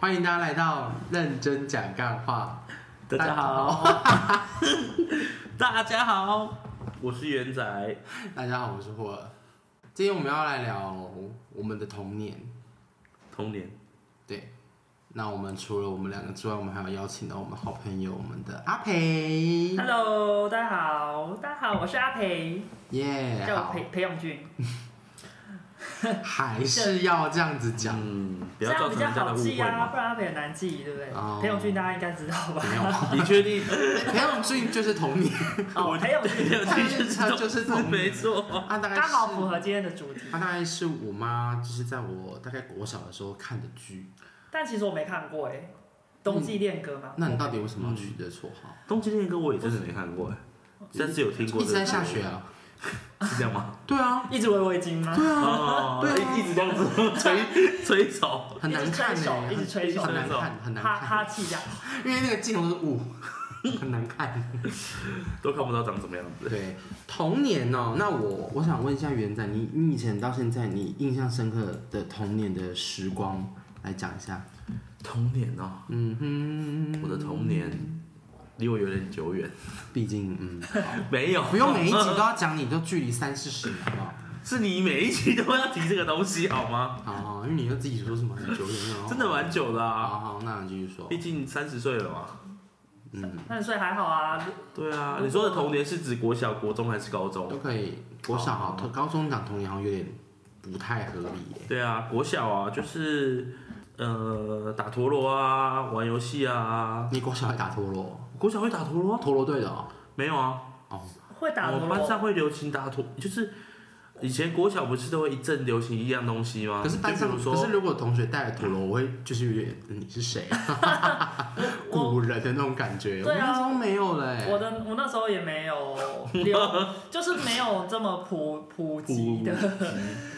欢迎大家来到认真讲干话。大家好，大家好，我是元仔。大家好，我是霍尔。今天我们要来聊我们的童年。童年，对，那我们除了我们两个之外，我们还有邀请到我们好朋友，我们的阿培。 Hello，大家好，大家好，我是阿培，耶、叫我好裴，裴永俊，还是要这样子讲。嗯，不这要造样成比较人家的好误记会啊，嘛。不然阿培很难记，对不对哦？裴永俊大家应该知道吧？没有， 你确定？裴永俊就是童年，哦，裴永俊他就是他 就是童没年，错。他大概刚好符是合今天的主题，他大概是我妈就是在我大概国小的时候看的剧。但其实我没看过哎，《冬季恋歌》嘛，那你到底为什么要取这绰号？冬季恋歌我也真的没看过哎，但是有听嗯过。一直在下雪，啊。是这样吗？对 啊，一直围围巾吗？哦， 对啊一一直这样子 吹吹手，很难看呢，一直吹手很难一直吹手看，很难哈看，哈气这样， 因为那个镜头是雾，很难 看。都看不到长什么样子。对，童年哦，那我我想问一下元仔，你你以前到现在，你印象深刻的童年的时光来讲一下。童年哦，嗯哼，我的童年离我有点 久远。毕竟嗯，好没有，不用每一集都要讲，你都距离三四十年好不好？是你每一集都要提这个东西好吗？好，因为你又自己说什么很久远了，哦真的蛮久的啊，好好，那你继续说毕。竟三十岁了嘛。嗯，那所以还好啊，对啊，你说的童年是指国小、国中还是高中？都可以。国小好，高中讲童年好像有点不太合理耶。对啊，国小啊，就是呃打陀螺啊，玩游戏啊。你国小还打陀螺？国小会打陀螺？陀螺队的哦。没有啊，会打我陀们班螺，上会流行打陀，就是以前国小不是都会一阵流行一样东西吗？可是班上，就比如可是说如果同学带了陀螺，我会就是有点嗯你是谁啊，我古人的那种感觉。我对啊那时候没有欸嘞。我的我那时候也 没有流，就是没有这么普普及的，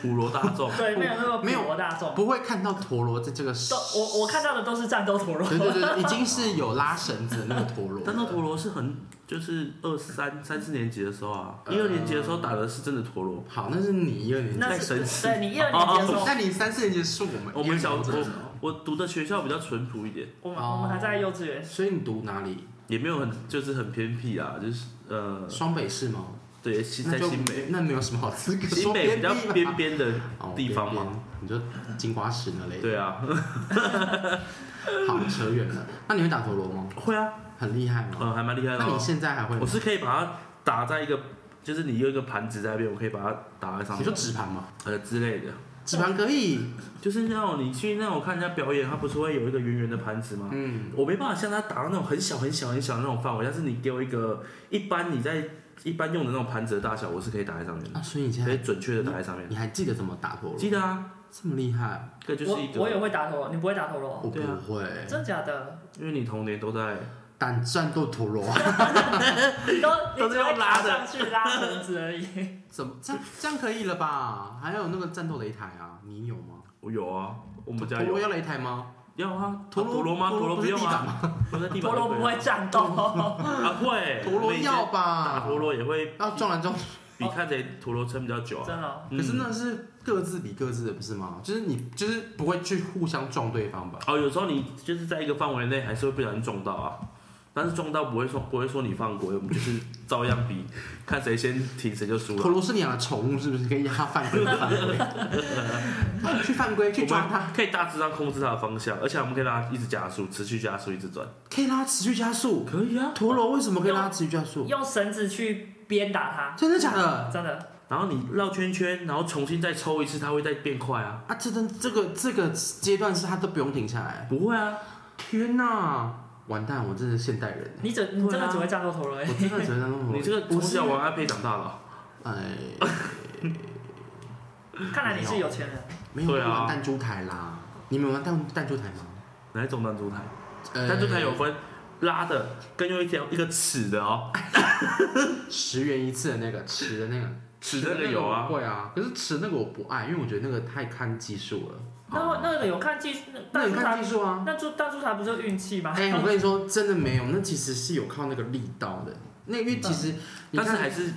普罗大 众对，没有那么没有普罗大众。不会看到陀螺在这个世都。我我看到的都是战斗陀螺，对对对，对 已经是有拉绳子的那个陀螺。但那陀螺是很，就是二三三四年级的时候啊，呃一二年级的时候打的是真的陀螺。好，那是你一二年级，那太神是奇对你一二年级的时候，那你三四年级是我们我们小一二年级我我读的学校比较淳朴一点，我们哦我们还在幼稚园，所以你读哪里？也没有很就是很偏僻啊，就是呃，双北市吗？对，西那在就新北，那没有什么好资格新说北比较偏僻吧边边的哦地方嘛。边边你就金瓜石那类的。对啊，好，扯远了。那你会打陀螺吗？会啊，很厉害吗？呃，还蛮厉害的那你哦。现在还会我吗？是可以把它打在一个，就是你有一个盘子在那边，我可以把它打在上你说面，纸盘吗？呃之类的。纸盘可以，就是那种你去那种看人家表演，它不是会有一个圆圆的盘子吗？嗯，我没办法像它打到那种很小很小很小的那种范围，但是你给我一个一般你在一般用的那种盘子的大小，我是可以打在上面的，啊，所以你现可以在准确的打在上面。你还记得怎么打陀螺？记得啊，这么厉害，这个就是一我我也个，会打陀螺，你不会打陀螺？我不对啊会。真假的？因为你童年都在打战斗陀螺啊，都都 你是只会用拉的爬上去拉绳子而已。 怎么这样这样可以了吧？还有那个战斗擂台啊，你有吗？我有啊，我们家陀有螺。要擂台吗？要啊，陀螺陀陀螺吗？陀陀螺螺不不是用地板啊，我在地板陀螺就可以不会战斗，啊，会陀螺要要吧？打陀螺也会要撞来撞，比看谁陀螺撑比较久啊。真的哦。嗯可是那是各自比各自的，不是吗？就是你就是不会去互相撞对方吧？哦，有时候你就是在一个范围内还是会不小心撞到啊，但是撞到不会说不会说你犯规，我们就是照样比，看谁先停谁就输陀了。螺是你养的宠物，是不是？可以让它犯 规不犯规，去犯规 去抓我它，们可以大致上控制它的方向，而且我们可以让它一直加速，持续加速一直转。可以拉持续加速。可以啊。陀螺为什么可以拉持续加速？用绳子去鞭打嗯它，真的假的？真的。然后你绕圈圈，然后重新再抽一次，它会再变快啊？啊，这这这个这个阶段是它都不用停下来。不会啊，天哪，完蛋，我真的是现代人欸，你只你真对的啊只会战斗陀螺而我已。真的觉得那种 你这个从不是小玩 iPad 长大了哦。哎，看来你是有钱人，没有对啊玩弹珠台啦。你们有玩弹弹珠台吗？哪一种弹珠台？呃弹珠台有分拉的，跟用一条一个尺的哦，十元一次的那个，尺的那个，尺的那个有啊尺的那个我会啊。可是尺那个我不爱，因为我觉得那个太看技术了。那那个有看技术，那大你猪看台，技术啊。 那猪大猪台不就是运气吗？哎、我跟你说，真的没有，那其实是有靠那个力道的。那因为其实，你嗯但是看还是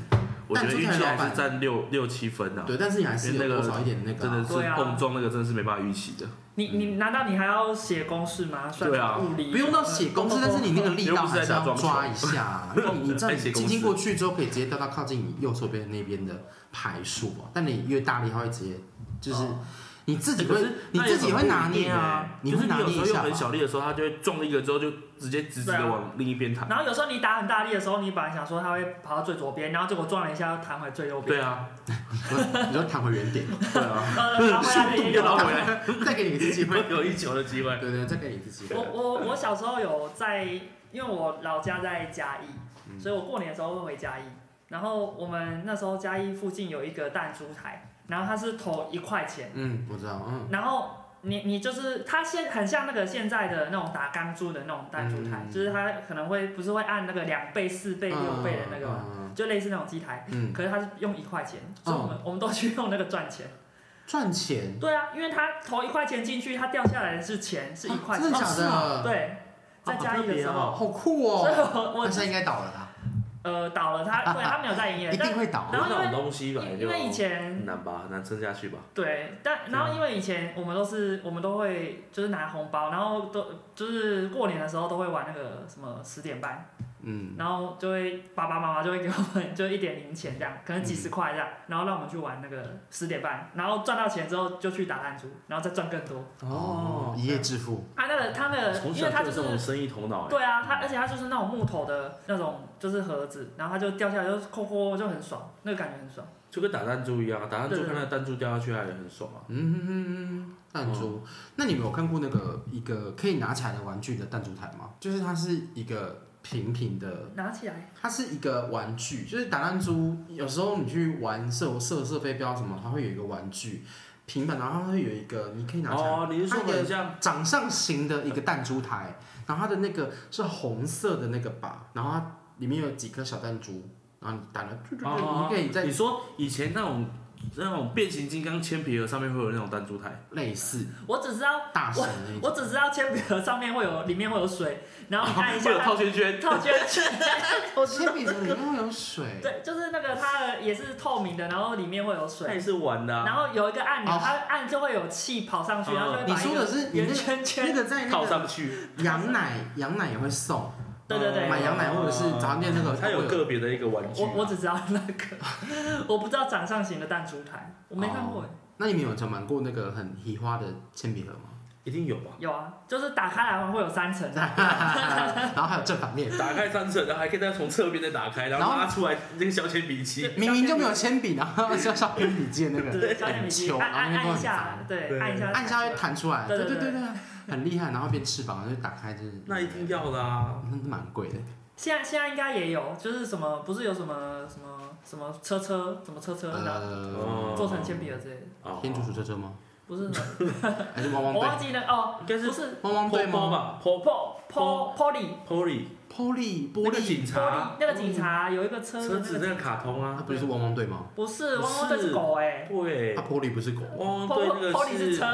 我觉得运气还是占六六七分呐、对，但是你还是有多少一点那个真啊、的是碰撞那个真的是没办法预期的，你你难道你还要写公式吗？算对啊物理不用到写公式，但是你那个力道还是要抓一下啊，因为你你这样在写公轻式轻过去之后，可以直接掉到靠近你右手边那边的牌数啊。但你越大力，它会直接就是哦你自己哎可会是你那也自己很会拿不一捏定啊欸，你就会是你拿有捏时一候又下很吧。小力的时候，它就会撞一个之后就直接直直对的啊往另一边弹。然后有时候你打很大力的时候，你本来想说它会跑到最左边，然后结果撞了一下，又弹回最右边。对啊，你说弹回原点，对啊，呃，弹回来的也 又有。拿回来， 再给你一次机 会。有一球的机会。对对，再给你一次机我会。我我小时候有在，因为我老家在嘉义，嗯所以我过年的时候会回嘉义。然后我们那时候嘉义附近有一个弹珠台，然后它是投一块钱，嗯，我知道，嗯。然后你你就是它现很像那个现在的那种打钢珠的那种弹珠台，嗯就是它可能会不是会按那个两倍、四倍、六倍的那个嘛，嗯就类似那种机台。嗯，可是它是用一块钱，所以我们、我们都去用那个赚钱。赚钱对啊，因为它投一块钱进去，它掉下来的是钱，是一块啊钱。真哦的假的？，啊对，在嘉义的时候，好酷所以哦！我那我现在应该倒了啦，呃倒了他，对他没有在营业一，定嗯会倒然的。后因为那种东西本来但就因为以前很难吧，很难撑下去吧。对，嗯但然后因为以前我们都是我们都会就是拿红包，然后都就是过年的时候都会玩那个什么十点半，嗯，然后就会爸爸妈妈就会给我们 就一点零钱这样，可能几嗯十块这样，然后让我们去玩那个十点半，然后赚到钱之后就去打弹珠，然后再赚更多。哦，一夜致富，他那个他那个，从因小为他就有就是这种生意头脑欸，对啊，它而且它就是那种木头的那种，就是盒子，然后它就掉下来，就是扣扣就很爽，那个感觉很爽。就跟打弹珠一样，打弹珠对看那弹珠掉下去，它也很爽啊。嗯，弹珠。那你们有看过那个一个可以拿起来的玩具的弹珠台吗？就是它是一个平平的拿起来，它是一个玩具，就是打弹珠。有时候你去玩射射射飞镖什么，它会有一个玩具平板，然后它会有一个你可以拿起来。哦，你是说它有很像掌上型的一个弹珠台，然后它的那个是红色的那个靶，然后它里面有几颗小弹珠，然后你打了，就就就哦你可以在你说以前那种那种变形金刚铅皮盒上面会有那种弹珠台，类似我只知道，大神的那我种，只知道铅笔盒上面会有，里面会有水，然后你按会一下有它套圈圈，套圈圈， 我铅笔盒里面会有水，对，就是那个它的也是透明的，然后里面会有那也水，是玩的、啊，然后有一个按钮，哦它按就会有气跑上去，嗯然后就会你把一说的个是你圆那圈那圈，个在那套个上去，羊奶羊奶也会送，对对对，哦买羊奶或者是早餐店那个它有个别的一个玩具、啊我我只知道那个， 我不知道掌上型的弹珠台，我没看过。那你们有玩过那个很奇花的铅笔盒吗？ 一定有吧？有啊，就是打开来会有三层的，然后还有正反面，打开三层，然后还可以再从侧边再打开，然后然后拉出来那个小铅笔机，明明就没有铅笔，然后要上铅笔记的那个，对，小点笔记，球按然后啊那边按按一都很下长，对，对按一下，按下会弹出来，对对对对对对，很厉害，然后变翅膀，然后就打开就是，那一定要的啊。那蛮贵的，现在现在应该也有，就是什么不是有什么什么什么车车，什么车车，然后呃哦，做成铅笔盒之类的，哦天竺鼠车车吗？不是什么，还是汪汪我队忘？记了哦，应该是不是汪汪队波吗吧，Po po po poly Polly 玻璃那玻个璃，警 poly 察那个警察有一个车车的子那那个个卡通它啊，不是汪汪队吗？不是不汪汪队是是狗啊哎对它，玻璃不是狗 哦，对， ，poly 那 poly 个是车，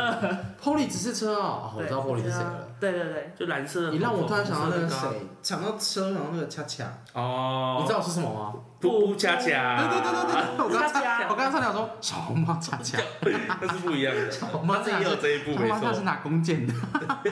玻璃只是车哦，哦我对知道玻璃是谁了。对对对，就蓝色的。你让我突然想到啊那个红色的谁，想到车，然后那个恰恰，哦，你知道我是什么吗？布布恰对恰，对对对对，我刚刚恰恰差我刚刚差点说小红帽恰恰，那是不一 样的。我妈啊他自己也有这一步，没他妈他是错。拿弓箭的，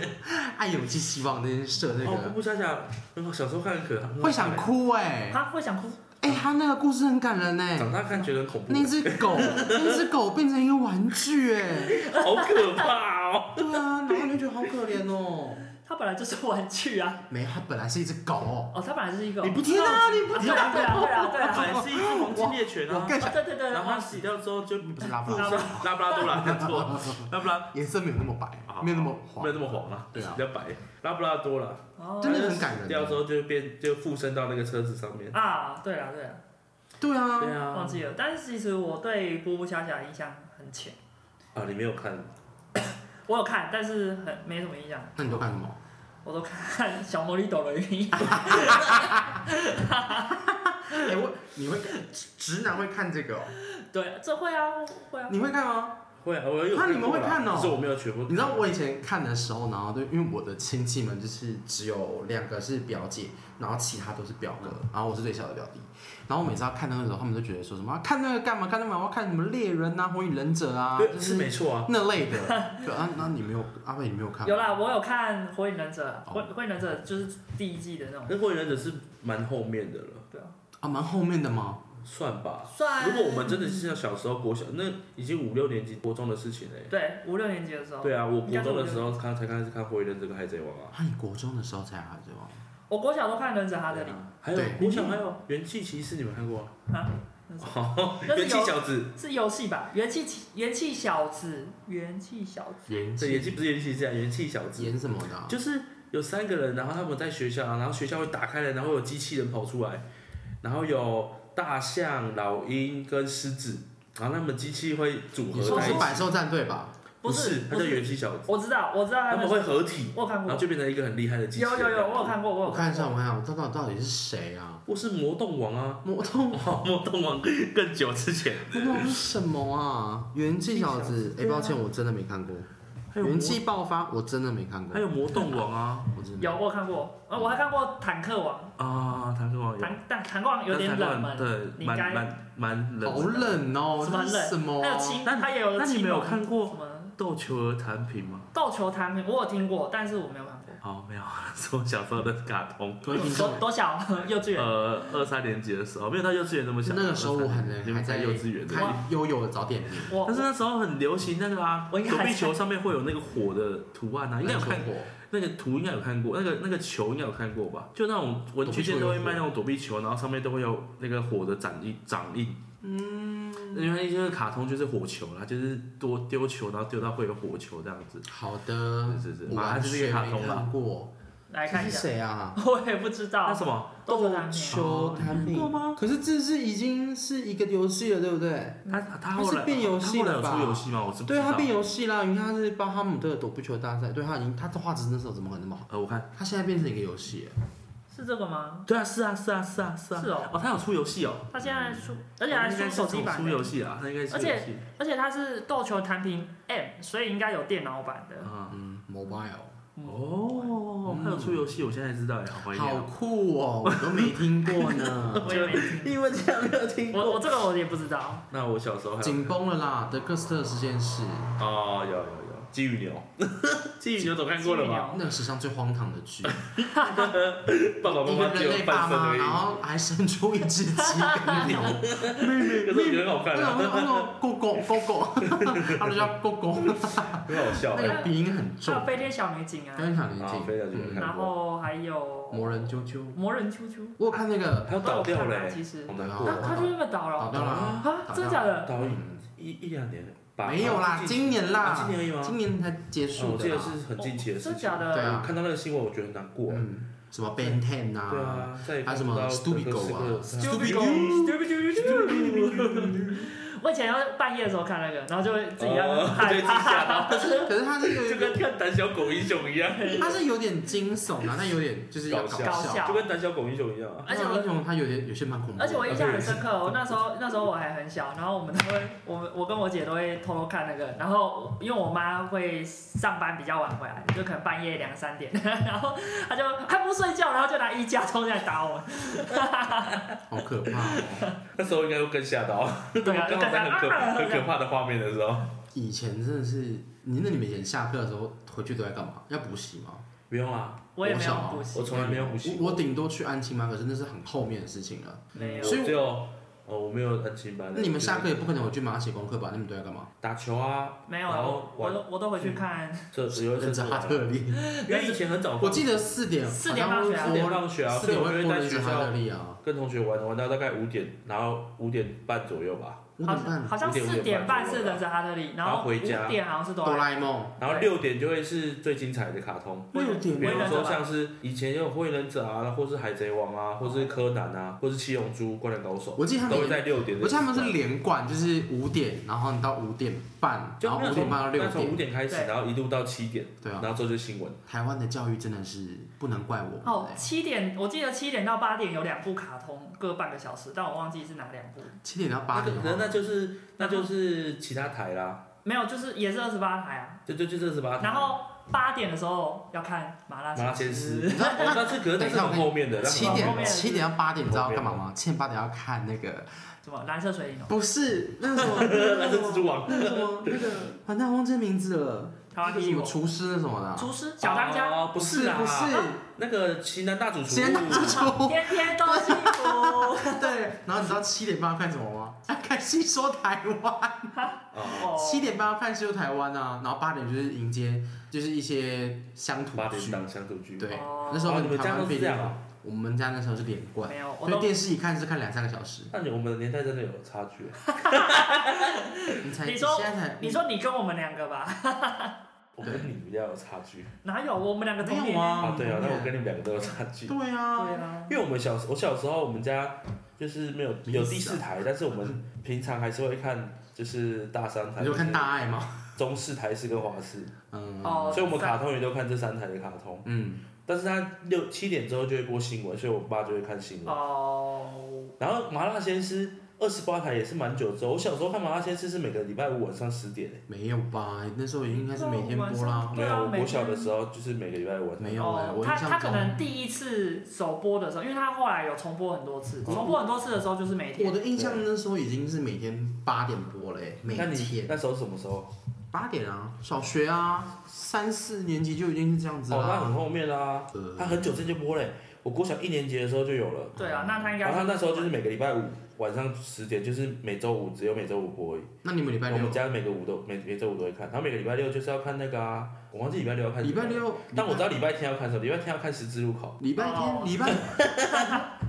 爱勇气希望那些射那哦，瀑个，布恰恰，嗯小时候看可会想，哭哎、欸，他会想哭，哎、他那个故事很感人哎、长大看觉得很恐怖，那只 狗，那只狗变成一个玩具哎、 好可怕哦。对啊，然后你就觉得好可怜哦。他本来就是玩具啊，没，它本来是一只狗，哦，他本来是一个，你不天啊，你不啊知对道，啊对啊对啊对它啊，本来是一只黄金猎犬我啊，更哦想，对对对，然后它然后死掉之后就不是拉布布拉上多，拉布拉多啦，没 错，拉布拉颜色没有那么白，啊没有那么黄没有，那么黄啊，对啊比较白，拉布拉多啦，哦真的很感人欸掉之后就变就附身到那个车子上面。啊，对了对了，对啊，对忘啊，记了。但是其实我对《波波恰恰》印象很浅，啊，你没有看我有看，但是很没什么印象。那你都看什么？我都看小魔力斗的原因，哎、我你会直直男会看这个、哦？对，这会啊会啊，你会看吗？会啊，我有那你们会看哦只是我没有全部。你知道我以前看的时候，然后对，因为我的亲戚们就是只有两个是表姐，然后其他都是表哥，然后我是最小的表弟。然后我每次要看那个时候，他们就觉得说什么、啊看那个干嘛？看那个干嘛？我要看什么猎人啊、火影忍者啊，对就是没错啊，那 类的。对啊，那你没有阿贝，你没有看？有啦，我有看《火影忍者》，哦火《火影忍者》就是第一季的那种，那火影忍者是蛮后面的了，对啊，啊，蛮后面的吗？算吧。算。如果我们真的是像小时候国小，那已经五六年级国中的事情嘞、对五六年级的时候，对啊，我国中的时候看才开始看《火影忍者》跟《海贼王》啊，啊，你国中的时候才还这吗？我国小都看《忍者哈德里》啊还有对我想还有《元气骑士》，你们看过吗？啊，那是哦，那是元气有小子，是游戏吧？元气元气小子，元气小子，演这元气不是元气这样，元气小子演什么的啊、就是有三个人，然后他们在学校，然后学校会打开来，然后有机器人跑出来，然后有大象、老鹰跟狮子，然后他们机器会组你合说在一是起，百兽战队吧？不是它不叫是，元气小子，我知道我知道他他们们，会合体，我有看然后过，就变成一个很厉害的机器有人。有有，我有看过，我有我看一下，过我看一下，我到到到底是谁啊？我是魔动王啊，魔动哇，魔动王更久之前，魔动是什么啊？元气小子，哎、对啊抱歉，我真的没看过。还有元魔气爆发，我真的没看过还。有魔动王啊我真的有我有看过，啊，我还看过《坦克王 啊，坦克王》，有，坦但《坦克王》有点冷门，对，你蛮该蛮蛮冷，好。冷哦、什么这是什么还啊有青，那他也有那你青没有龙看过什么斗球儿弹屏吗？斗球弹屏？我有听过，但是我没有看过。哦，没有， 是我小时候的卡通。各位听众多多小 幼稚园，呃，二三年级的时候，没有到幼稚园那么小。那个时候我可你能还们在在幼稚园对吧看悠悠的早点名，我但是那时候很流行那个啊，躲我应该还避球上面会有那个火的图案啊，应该有看过。那个图应该有看过，那个那个球应该有看过吧？就那种文具店都会卖那种躲避球，然后上面都会有那个火的掌印掌印。嗯，因为一些卡通就是火球啦，就是多丢球，然后丢到会有火球这样子。好的，是是是，我马完还是这个全卡通没啦。看过。来看一这是下，谁啊？我也不知那道什么，斗球弹斗屏。球弹看过屏。吗？可是这是已经是一个游戏了，对不对？他他后它来是变游戏他了后吧来有出游戏吗？我是不知对，道。它变游戏啦。你看，它是巴哈姆特的躲避球大赛，对它已经，它的画质那时候怎么可能那么好？呃，我看，它现在变成一个游戏了，是这个吗？对呃啊，是啊，是啊，是啊，是啊。是哦哦，他有出游戏哦，他现在出，而且还应该出是手机版出的，游戏啊，他应该是而出且游戏。而且它是斗球弹屏 M，所以应该有电脑版的。啊，嗯，mobile，哦，他有出游戏，我现在知道了，好怀念好哦。酷哦，我都没听过呢，我也没听，因为这样没有听我我这个我也不知道。那我小时候还有紧绷了啦，德克斯特实验室，哦，有有有，鸡与牛，鸡与牛总看过了吧？那个史上最荒唐的剧，爸爸妈一个妈只人有类爸半身妈，然而已，后还生出一只鸡跟牛，可是我觉得很好那看种啊，那种那种狗狗狗狗，他们叫狗狗，很好笑那哎。个鼻音很还重有，飞天小女警啊，非常年啊，轻，非常有看然过，后还有魔人啾啾，魔人啾啾，我有看那个他倒掉了我有看啊欸，其实好难我有那看他过。就那个倒了倒哦掉了，啊，真的假的？倒影一一两年吧，没有啦，今年啊啦今，年而已吗？今年才结哦束我的记得啦，是很近期的真事的情。假对的？啊我看到那个新闻，我觉得很难过。嗯，什么 Ben Ten 对，啊，再也还有什看不么到 Stupid 德克斯 Go 啊特 Stupid Go，我以前要半夜的时候看那个，然后就会自己要哦害对自己吓怕到，可是可是它是有就一个，跟看胆小狗英雄一样，它是有点惊悚啊，但有点就是要搞搞笑搞笑。笑就。跟胆小狗英雄一样啊。而且那我英雄他有点有些蛮恐怖的，而且我印象很深刻、嗯哦，那时候那时候我还很小，然后我们都会，我们我跟我姐都会偷偷看那个，然后因为我妈会上班比较晚回来，就可能半夜两三点， 然后她就还不睡觉，然后就拿衣架冲进来打我，好可怕哦！那时候应该会更吓到，对啊，就刚好跟在她很可啊，很可怕的画面的时候，以前真的是，你那你们以前下课的时候回去都在干嘛？要补习吗？不用啊，我也没有我小补习我，从来没有补习，我我顶多去安亲班，可是那是很后面的事情了。没有所以我只有哦，我没有安亲班。那你们下课也不可能回去马上写功课吧？你们都在干嘛？打球啊，没有，然后我我都我都回去看，这有一阵认子真玩哈 特利，啊因为以前很早放，我记得四点，四点放学啊好四像点会播放学啊，四所以点我就会会播在人学生哈特校利啊，跟同学玩，玩到大概五点，然后五点半左右吧，五好点半像好像五点四点半五点半左右是忍者哈特利，然然后后回家五点好像是哆哆啦啦 A A 梦，然后对六点就会是最精彩的卡通。梦六点比没有如忍者说吧像是以前有火影忍者啊，或是海贼王啊，或是柯南啊，或是七龙珠、灌篮高手，我记得他都会们，在六点的我记时得他段。们是连贯，就是五点，然后你到五点半，就然后没有五点从半到六那从点五，点开始，对然后一路到七点，对啊。然后之后就新闻。台湾的教育真的是不能怪我们、欸。哦，七点，我记得七点到八点有两部卡通，各半个小时，但我忘记是哪两部。七点到那八可点的话，能那就是那就是其他台啦，没有，就是也是二十八台啊。对对，就这是吧。然后八点的时候要看麻辣麻辣鲜鲜师，哦那是可是那等一是下我很跟你后面的，那是七很后后面点面七点到八点，你知道干嘛吗？七点八点要看那个，什么蓝色水影哦，不是那什么，的蓝那色什蜘蛛么，网，那什么那个，完蛋，忘记名字了。台湾那个第什一么我厨师那什么的啊，厨师小当家，哦不不是是啊，不是，那个西南大主厨，先打出天天都幸福。 对。然后你知道七点半要看什么吗？要看《戏说台湾》。哦，哦七点半要看《西游台湾》啊，然后八点就是迎接就是一些乡土八点剧。档乡土剧，对哦，那时候哦你们台家湾都是被这样啊？我们家那时候是连贯，没有，我所以都电视一看是看两三个小时。那你我们的年代真的有差距，啊你才你说现在才你说你跟我们两个吧，我跟你们家有差距哪有我们两个同没有年？啊啊？对啊，那我跟你们两个都有差距，对啊，对啊，因为我们小时我小时候我们家就是没有没意思啊有第四台，但是我们平常还是会看就是大三台，你就看大爱嘛，就是中式、台式跟华式，嗯，哦，所以我们卡通也都看这三台的卡通。嗯，但是它六七点之后就会播新闻，所以我爸就会看新闻。哦，然后麻辣鲜师二十八台也是蛮久之后，我小时候看麻辣鲜师是每个礼拜五晚上十点欸、没有吧？那时候应该是每天播啦，没对啊有，每我天小的时候就是每个礼拜五晚上。没有哎，哦我印他他象可中，能第一次首播的时候，因为他后来有重播很多次，嗯重播很多次的时候就是每哦我天。的印象那时候已经是每天八点播了欸，每那你哦天那时候是什么时候？八点啊，小学啊，三四年级就已经是这样子哦，那很啦。后面啦、呃他很久之前就播嘞、我国小一年级的时候就有了。对啊，那他应该哦然是。后他那时候就是每个礼拜五晚上十点，就是每周五只有每周五播而已。那你们礼拜我们六？家每个五都每每周五都会看，然后每个礼拜六就是要看那个啊，我忘记礼拜六要看什礼么拜，六？但我知道礼拜天要看什么，礼拜天要看十字路口。礼拜哦天，礼拜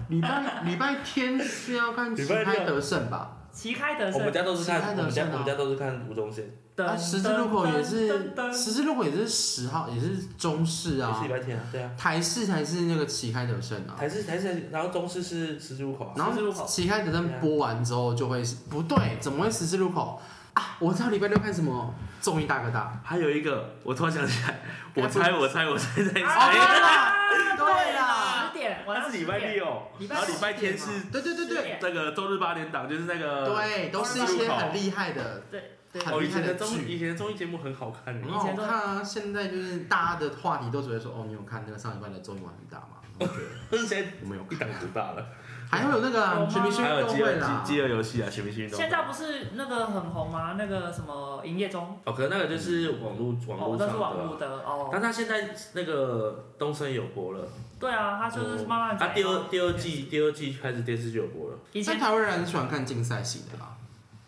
礼拜礼拜天是要看礼旗拜六开得胜吧？旗开得我胜们家都是看，看我得们家胜啊我们家都是看吴宗宪，的、啊，十字路口也是噔噔，噔十字路口也是十号，也是中式也是啊礼，拜天啊，对啊。台式才是那个旗开得胜啊。台式台式，然后中式是十字路口啊，然十字路后口啊旗开得胜播完之后就会是不对，怎么会十字路口啊？我知道礼拜六看什么综艺大哥大。还有一个我突然想起来，该我不猜我猜我猜猜啊 猜，对啦对啦，啦十点，晚那上是礼拜10点，六，礼拜然后礼拜十天点是嘛对对对对对这个周日八点档，就是那个呃对，都是一些很厉害的，对对，很哦，以厉害前的综剧，以前的综艺节目很好看耶嗯很，好看啊。现在就是大家的话题都只会说，哦，你有看那个上礼拜的综艺玩很大吗？我 觉得但是现在我没有一看档，不大 了，还会有那个有啊吗全明星还运有动饥会饿饥啦，饥饿游戏啊，全明星运动会现。在不是那个很红吗？那个什么营业中，哦，可能那个就是网络网哦络，那上是网的络啊，的哦。但他现在那个东升有播了，对啊，他就是慢慢改。他第二第二季第二季开始电视剧有播了，以但前台湾人很喜欢看竞赛型的啦，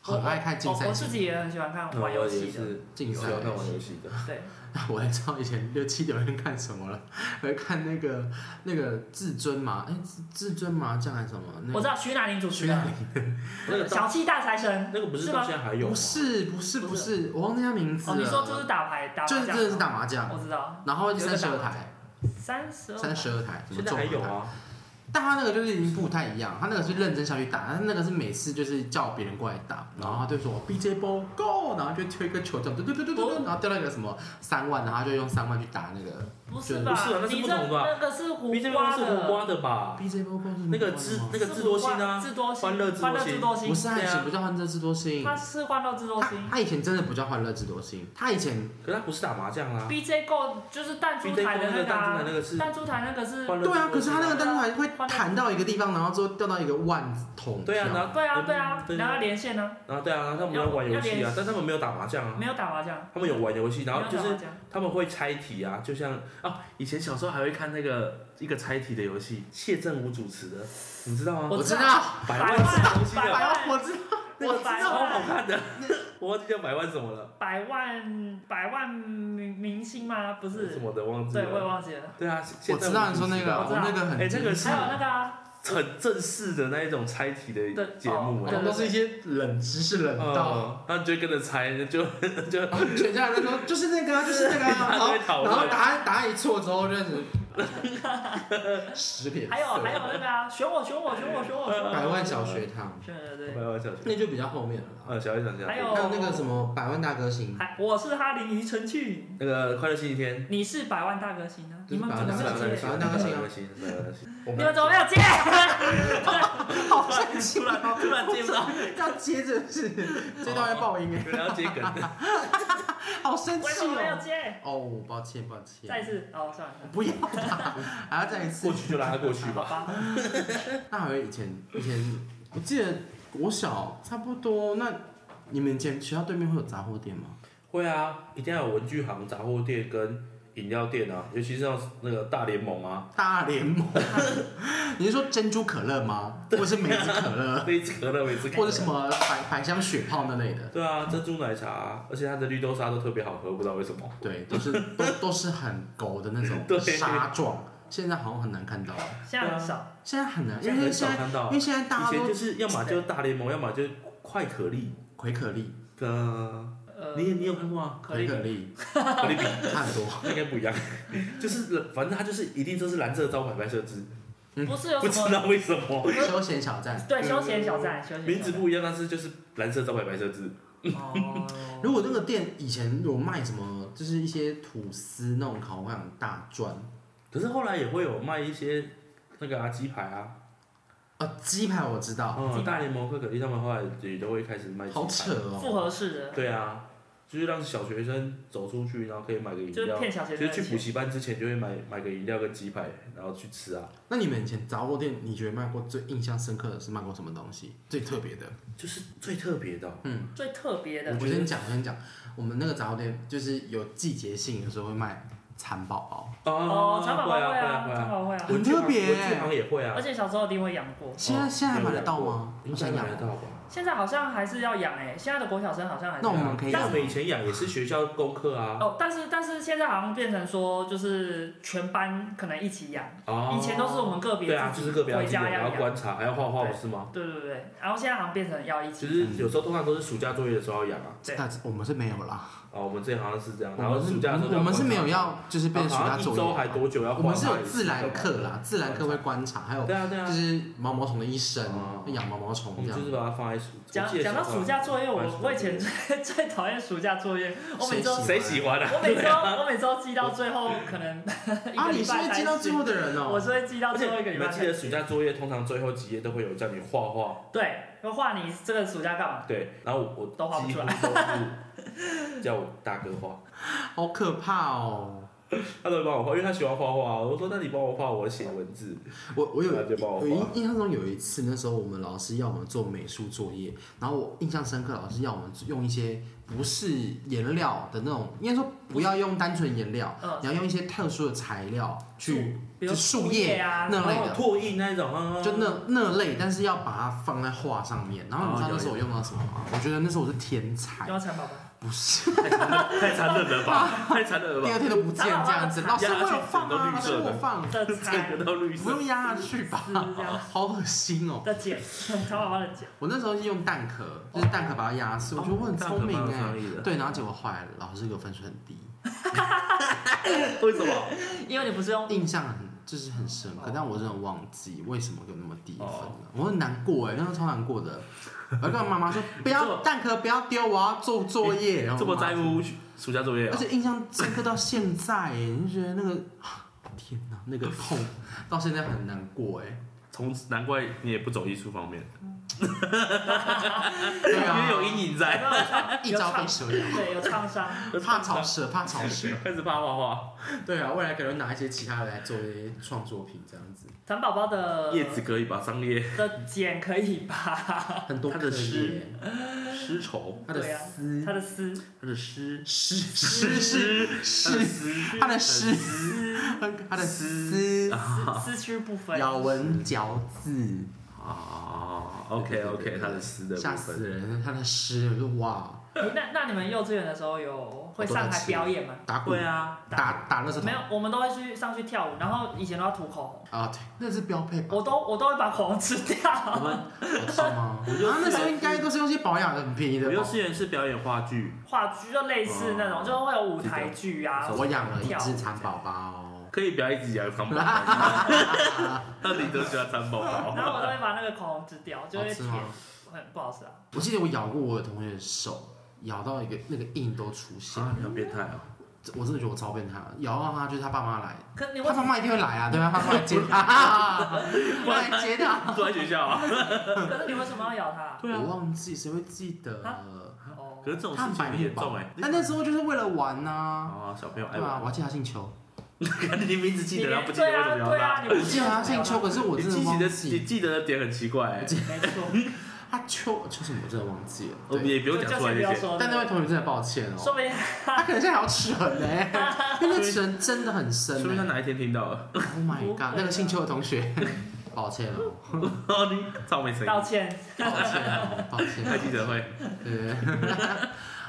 很爱看竞我赛我型自己也很喜欢看嗯我玩游戏也的，是竞喜赛欢的。看玩游戏的，对，我还知道以前 六七点会看什么了，会看那个那个至尊麻，哎、至至尊麻将还是什么？那我个知道徐乃麟主持徐乃的麟那个小气大财神，哦那个不是是到吗现在还有吗不是不是不不是，我忘记他名字哦，了。你说这是打牌打麻就是将，真的是打麻将，我知道，然后三十有二一个打台，三十二，三十二台，现在还有啊？但他那个就是已经不太一样，他那个是认真下去打，他那个是每次就是叫别人过来打，然后他就说 BJ ball go，然后就推一个球这样，对对对对对，然后掉到一个什么三万，然后他就用三万去打那个不是不是啊吧？那是你不这同的啊那个是胡 B J 瓜是胡的，瓜的吧？ BJ ball go 那个智那个是智多星胡瓜啊，智多星，欢乐智多欢乐星智多星不，是他以对啊前不叫欢乐智多星，他是欢乐智多他星。他以前真的不叫欢乐智多星，他以前可是他不是打麻将啊 B J Go 就是弹 b 珠 J 台的那那个个弹珠台啊，那个是弹珠台那个是，欢乐对啊，可是他那个智多星单独还会弹到一个地方，然后之后掉到一个万桶，对啊，然后对啊对啊，对然后连线呢，然后对啊，然后他们要玩游戏要啊连，但他们没有打麻将啊，没有打麻将，他们有玩游戏，然后就没有是打麻将他们会猜题啊，就像啊，以前小时候还会看那个一个猜题的游戏，谢振武主持的，你知道吗？我知知道，百万什么东西百的，百万我知道， 那个百万超好看 的，我忘记叫百万什么了，百万百万明明星吗？不什是，么的忘记对，我也了。忘记了。对啊，谢我知道你说那个，我知道那个很哎这个精是彩还有那个啊，很正式的那一种猜题的对节目哦哎我。们都是一些冷哦知识冷到，嗯，那你就会跟着猜，就就然后全家人都说就是那个啊，就是那个啊，然 他后会讨然后论。答案答案一错之后就是 十脸色，还有还有那个啊，选我选我选我选我选我，百万小学堂，对对对，百万小学，那就比较后面了啦。呃，小学想想，还有嗯还有那个什么百万大歌星，还哎我是哈林庾澄庆，那个快乐星期天，你是百万大歌星啊，就是你们百怎万么大没有歌接星？百？万大歌星啊， 星，百万大歌星，我你们怎么没有接？好好生气突 然哦！突然接不到，要接着是，这段要爆音哎，可能要接梗。 好生为气什么没有哦！接？哦，抱歉抱歉，再一次，哦，算了，算了不要啦，还要再一次过。去就拉他过去吧。好吧，那还有以前以前，我记得国小差不多。那你们以前学校对面会有杂货店吗？会啊，一定要有文具行、杂货店跟饮料店啊，尤其是像那个大联盟啊，大联 盟，你是说珍珠可乐吗？或者是梅子可 乐，杯子可乐、每次可乐或者什么百百香雪泡那类的？对啊，珍珠奶茶啊、而且它的绿豆沙都特别好喝，不知道为什么。对，都是都都是很狗的那种 对沙状，现在好像很难看到，现在很少，现在很难，因现在为很少现在看因到，为现在大以家前都就是要么就是大联盟，要么就是快可丽。葵可丽、呃，呃，你也你有看过吗？可葵以 可丽可丽饼差很 多，应该不一样，就是反正它就是一定都是蓝色招牌白色字，嗯不是有不什知么道为什么休闲小站。 对休闲小站，休闲小站名字不一样，但是就是蓝色招牌白色字。哦，如果那个店以前有卖什么，就是一些吐司那种烤港大专可是后来也会有卖一些那个啊鸡排啊，啊，鸡排我知道，嗯，鸡排大联盟、可可丽他们后来也都会开始卖鸡好扯排。哦。复合式的，对啊，就是让小学生走出去，然后可以买个饮就是料。骗小学就生是去的补钱。习班之前就会买买个饮料跟鸡排，然后去吃啊。那你们以前杂货店，你觉得卖过最印象深刻的是卖过什么东西？最特别的？就是最特别的哦、最特别的我先讲，我先讲，我们那个杂货店就是有季节性，有时候会卖蚕宝宝，哦，蚕宝宝会会啊啊，会蚕啊宝宝会会啊，啊，很特别文具行也会啊而，且小时候一定会养过。现在现在还买得到吗？应好该像啊买有得到吧？现在好像还是要养哎、现在的国小生好像还是那要我养们可以养但我吗，们以前养也是学校功课啊。哦，但是但是现在好像变成说，就是全班可能一起养，哦，以前都是我们个别对啊，自就己是个别要回记得，家然要后养，观察，还要画画，不对是吗？对对对，然后现在好像变成要一其起，实有时候通常都是暑假作业的时候养啊。对但是我们是没有啦，哦，我们这好像是这样，我然后们是暑假的时候我们是没有要就是被暑好假像一作周还业，多久要我换们它一是次？有自然课啦，自然课会观观察，还有察。对啊对就啊，是毛毛虫的一哦生，养毛毛虫这我们样就。是把它放在暑。讲我记得讲到小时候啊暑假作业，放在暑我假我以前最 最讨厌暑假作业，我每谁周喜欢谁喜欢啊？我每周我每周记到最后可能 一啊，个你礼是拜会才记到最后的人我哦。是会记到而且最后一个你礼们拜记得才。暑假作业通常最后几页都会有叫你画画，对，我画你这个暑假干嘛？对，然后我都画不几出乎来都是叫我大哥画，好可怕哦！他都会帮我画，因为他喜欢画画。我说那你帮我画，我写文字，我我有他就帮我我印画。印象中有一次，那时候我们老师要我们做美术作业，然后我印象深刻，老师要我们用一些不是颜料的那种，应该说不要用单纯颜料，嗯，你要用一些特殊的材料去，比如就树叶啊，那类哦，的，拓印那一种，啊就那那类，但是要把它放在画上面。然后你知道哦那时候我用到什么吗？我觉得那时候我是天才然，后蚕宝宝。不是太残忍 了吧，太残忍了第吧二，天都不见这样子。老师我有放啊，老师压下去整个绿色的我放，的 才蚕得到啊绿不色。用压下去吧是这样， 好恶心哦！的茧，蚕宝宝的 茧。我那时候是用蛋壳，就是蛋壳把它压哦碎，我觉得我很聪明这样哎可。以的对，然后结果坏了，老师给我分数很低，为什么？因为你不是用印象很就是很深刻哦，但我真的忘记为什么给我那么低分哦了，我很难过哎，那时候超难过的。我跟我妈妈说，不要蛋壳不要丢，我要做作业。然后欸这我么妈在，乎暑假作业 而啊？且印象深刻到现在哎，你就觉得那个天哪，那个痛到现在很难过哎。从此难怪你也不走艺术方面，对因为有啊，阴影在，一朝被蛇咬，对有 创伤，怕草蛇怕草蛇。开始怕画画。对啊，未来可能拿一些其他的来做一些创作品，这样子蚕宝宝的叶子可以把桑叶的茧可以吧？很多他的可以诗耶，丝绸，他的对啊诗，它的丝 它的诗诗诗诗诗，诗诗他的诗，丝他的诗，丝区不分，咬文嚼字，啊，OK OK，他的诗的部吓死分。人！他的诗，我就哇，诶那那你们幼稚园的时候有会上台表演吗？打鼓对，啊，打打那是没有，我们都会去上去跳舞，然后以前都要涂口啊，对，那是标配吧？红，我都我都会把口红吃我掉。 们好吃 吗？啊，那时候应该都是用一些保养的很便宜的我幼吧？稚园是表演话剧，话剧就类似那种，就是会有舞台剧啊。我养了一跳舞只蚕宝宝，可以表演自己的藏宝宝， 到底多喜欢藏宝然后我都宝？会把那个口红吃掉，就好会哦吃舔，吗？很不好吃啊。我记得我咬过我的同学的手，咬到一个那个印都出现。啊，你好变态哦！我真的觉得我超变态了，也要让他就是他爸妈来，可你为他什爸么？妈一定会来啊， 对吧？他爸妈来接他啊，我来接他。住在学校啊。可是你为什么要咬它？对啊我，忘记谁会记得，啊哦可，是这种他事很情白很目严吧重哎。但那时候就是为了玩呐、啊，小朋友爱对啊，玩，我还记得他姓邱，你名字记得，然后不记得对为什啊么对要啊，拉？你不我记得他姓 邱，可是我你真的记忘得你记记得的点很奇怪哎，没错，他邱邱什么，我真的忘记了。我们对，哦也不 用就讲就出来先不这要些。说。但那位同学真的抱歉哦，说不定他可能现在还要齿痕呢， 因为那齿痕真的很深说明他呢。哪一天听到了， Oh my god，那个姓邱的同学， 抱歉哦，哦，你草莓声音，道歉，抱歉哦，抱歉开记者哦。会，对。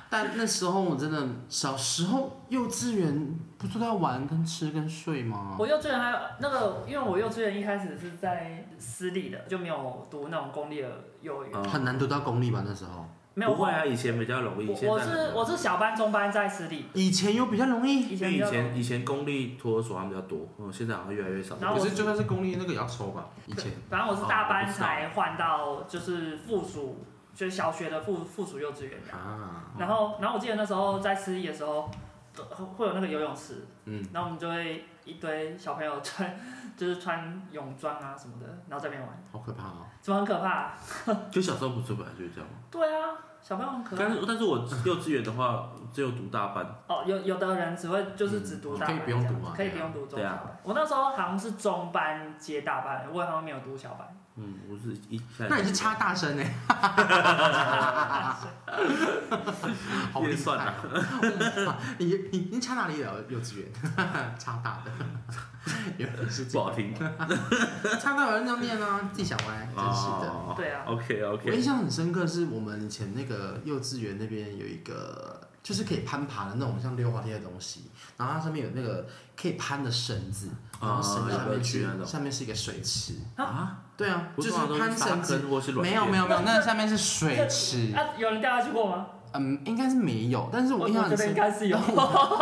但那时候我真的小时候幼稚园不是都在玩跟吃跟睡吗？我幼稚园还有那个，因为我幼稚园一开始是在私立的，就没有读那种公立的幼儿园，嗯很难读到公立吧那时候，没有不会啊，以前比较容易，我现我在是我是小班中班在私立，以前有比较容易，以因为前以比较前以前公立托儿所好像比较多，嗯，现在好像越来越少。然后我可是就算是公立那个也要抽吧，以前。反正我是大哦我班不知道才换到就是附属，就是小学的附附属幼稚园。啊，然后，然后我记得那时候在私立的时候，都会有那个游泳池，嗯，然后我们就会一堆小朋友穿，就是穿泳装啊什么的，然后在那边玩，好可怕哦！怎么很可怕、就小时候不是本来就是这样吗？对啊，小朋友很可但怕。是但是我幼稚园的话，只有读大班，哦，有有的人只会就是只读大班、嗯可以不用读啊这样子可以不用读中对小啊班。我那时候好像是中班接大班，我好像没有读小 班。嗯，我是一开始那你是插大欸声呢？ 啊好厉害也算啊！ 你你你插哪里的幼稚园？ 插大的，原来是不好听，插大有人要念啊，自己想歪，真是的。哦对啊，OK 我印 OK，象很深刻，是我们以前那个幼稚园那边有一个，就是可以攀爬的那种像溜滑梯的东西，然后它上面有那个可以攀的绳子，然后绳子下面啊去那是种下面是一个水池，啊，对啊，不就是是通常都攀沙绳子坑或是软没有垫没有没有，那那下面是水池，啊，有人掉下去过吗？嗯，应该是没有，但是我我印象我觉很得深，应该是有。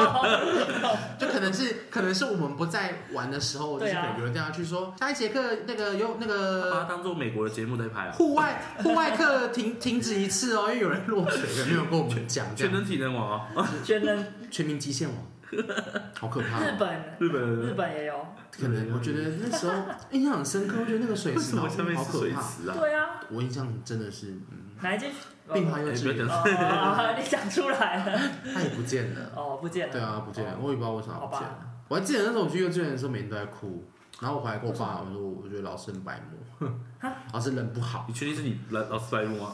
就可能是可能是我们不在玩的时候，就对是啊可能有人这样去说，下一节课那个有那把个它当做美国的节目在拍啊，户外户外课停停止一次哦，因为有人落水了，没有跟我们讲，这全样能体能王啊，全能全民极限 网，好可怕、日哦，本日本日人本也有，可能我觉得那时候印象很深刻，我觉得那个水为池 什么下面好是可水怕，池啊？对啊，我印象真的是，嗯，哪一间？并华幼哎稚不要园讲哦哦，你讲出来了。它也不见了。哦，不见了。对啊，不见了，我也不知道为啥不见好了。我还记得那时候我去幼稚园的时候，每天都在哭，然后我回来跟我爸我说，我觉得老师很白目，老师人不好，你确定是你老老师白目吗？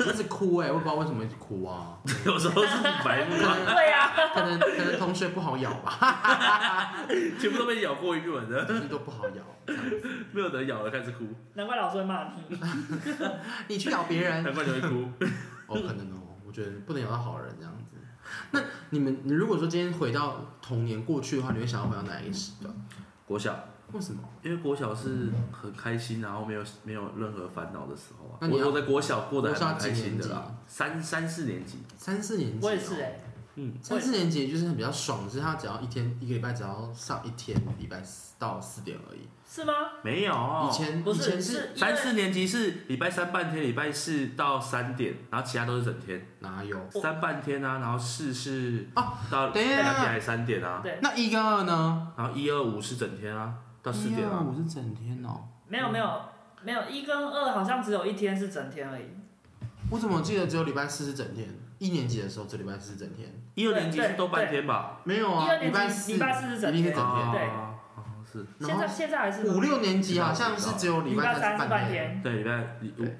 一直哭哎、我也不知道为什么一直哭啊， 有时候是你白目可吗？能对啊呀、可能可能同学不好咬吧， 全部都被咬过一遍的，就是都不好咬。这样子没有人咬了开始哭，难怪老师会骂你。你去咬别人，难怪你会哭。 哦，嗯可能哦，我觉得不能咬到好人这样子。那你们，你如果说今天回到童年过去的话，你会想要回到哪一个时段？国小，为什么？因为国小是很开心，然后没有没有任何烦恼的时候啊。那你要我我的国小过得还国小蛮几开心的年啊啦，三三四年级，三四年级、哦，我也是哎、三四年级就是很比较爽，就是他只要一天一个礼拜只要上一天，礼拜四到四点而已。是吗？没有以。前哦不以是，前是因三为四年级是礼拜三半天，礼拜四到三点，然后其他都是整天，哪有？我三半天啊，然后四是哦到两等一点下还是三点啊，对，那一跟二呢？哎然后一二五是整天啊，到四点啊，我是整天哦。没有没有没有一跟二好像只有一天是整天而已。我怎么记得只有礼拜四是整天？一年级的时候只有礼拜四是整天，一二年级对是都半天吧？没有一啊，二礼年级拜四礼拜四是整一定天是整天。对啊，好像是现然在后现在还是吗五六年级好像是只有礼礼拜三三是半半。天。对，礼拜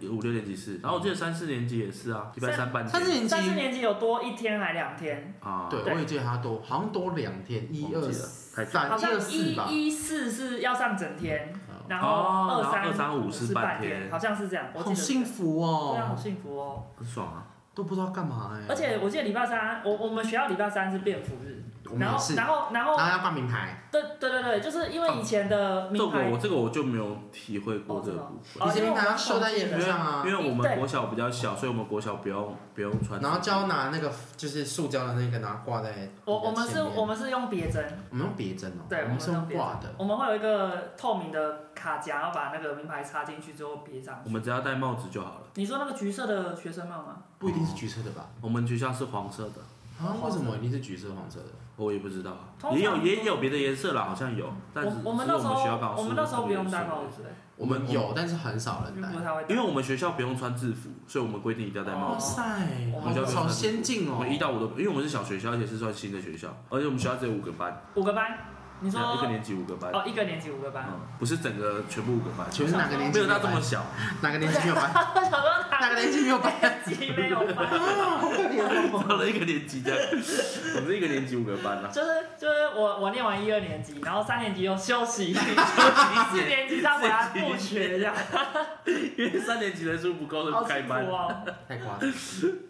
五五六年级是，然后我记得三四年级也是啊，礼拜三半三四天年三四级，年级有多一天还两天，啊，对，对我也记得他多，好像多两天，一忘二记了太久三，好一二像四啊一吧。一四是要上整天，哦然哦后然后二二三五是是半半天天，好像是这样。我记好得是这样幸福对啊，好哦，幸福哦！很爽啊，都不知道干嘛哎。而且我记得礼拜三，我我们学校礼拜三是便服日，我们然也后是，然后然后啊然后要挂名牌。对对对对，就是因为以前的这个名牌我这个我就没有体会过这个部分哦，你这边还要受在眼皮因为上啊，因为我对们国小比较小，所以我们国小不用不用穿，然后就要拿那个就是塑胶的那个，然后挂在哦我我们是前面我们是用别针，我们用别针哦，对我们是用我们用别针挂的，我们会有一个透明的卡夹，然后把那个名牌插进去之后别上我去。们只要戴帽子就好了。你说那个橘色的学生帽吗？不一定是橘色的吧？我们学校是黄色的，啊哦啊，为什么一定是橘色、黄色的？我也不知道啊，通常也有也有别的颜色啦，好像有，但是我我们只那是时们学校候刚好我们那时候不用戴帽子，子，我们我有，但是很少人因为戴不。太会戴。因为我们学校不用穿制服，所以我们规定一定要戴帽哇子。塞，我好们好先进我哦！们一到五都，因为我们是小学校，而且是算新的学校，而且我们学校只有五个班，五个班，你说一个年级五个班，哦，一个年级五个班。嗯，不是整个全部五个班，请问是哪个年没纪有到班这么小，哪个年纪没有 班？ 我想说哪个哪年纪没有班？个年级没有 班？哦到了一个年级这样，我们是一个年级五个班啊，就是就是我我念完一二年级，然后三年级又休息，四年级再回来复学这样，因为三年级人数不够，好就开辛苦班。哦。太夸 张了。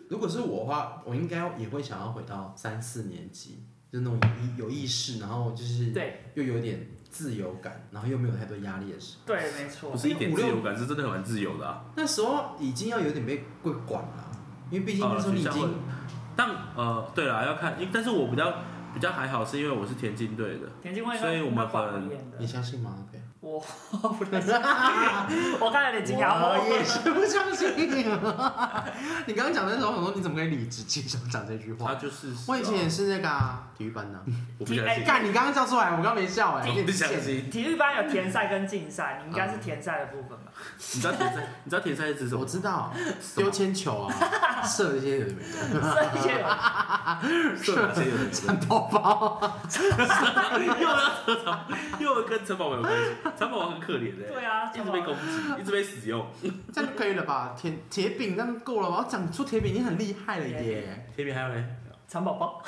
如果是我的话，我应该也会想要回到三四年级，就是那种有意有意识，然后就是对又有点自由感，然后又没有太多压力的时候。对，没错不。是一点自由感，是真的很蛮自由的啊。那时候已经要有点被被管了，因为毕竟那时候你已哦学校会经但呃，对了，要看，因但是我比较比较还好，是因为我是田径队的，田径会所以我们管很严的 你，相信吗？ 对，我不太相信我看有点惊讶。我也是不相信。 你刚刚讲的时候，我说你怎么可以理直气壮讲这句他话？就是我以前也是那个啊体育班的、我不相哎信，干，你刚刚叫出来，我刚刚没笑 哎、啊我不相贱。信。体育班有田赛跟竞赛，你应该是嗯田赛的部分 吧？你知道田赛，你知道田赛是指什我 么？知道，丢铅球啊，射一些有的没的，这些有射哪些有的没的战 斗包。又跟城堡王有关系。城堡王很可怜 的、对啊，一直被攻击，一直被使用。这样就可以了吧？铁铁饼这样够了吧？我讲出铁饼已经很厉害了耶，这边还有嘞，蚕宝宝。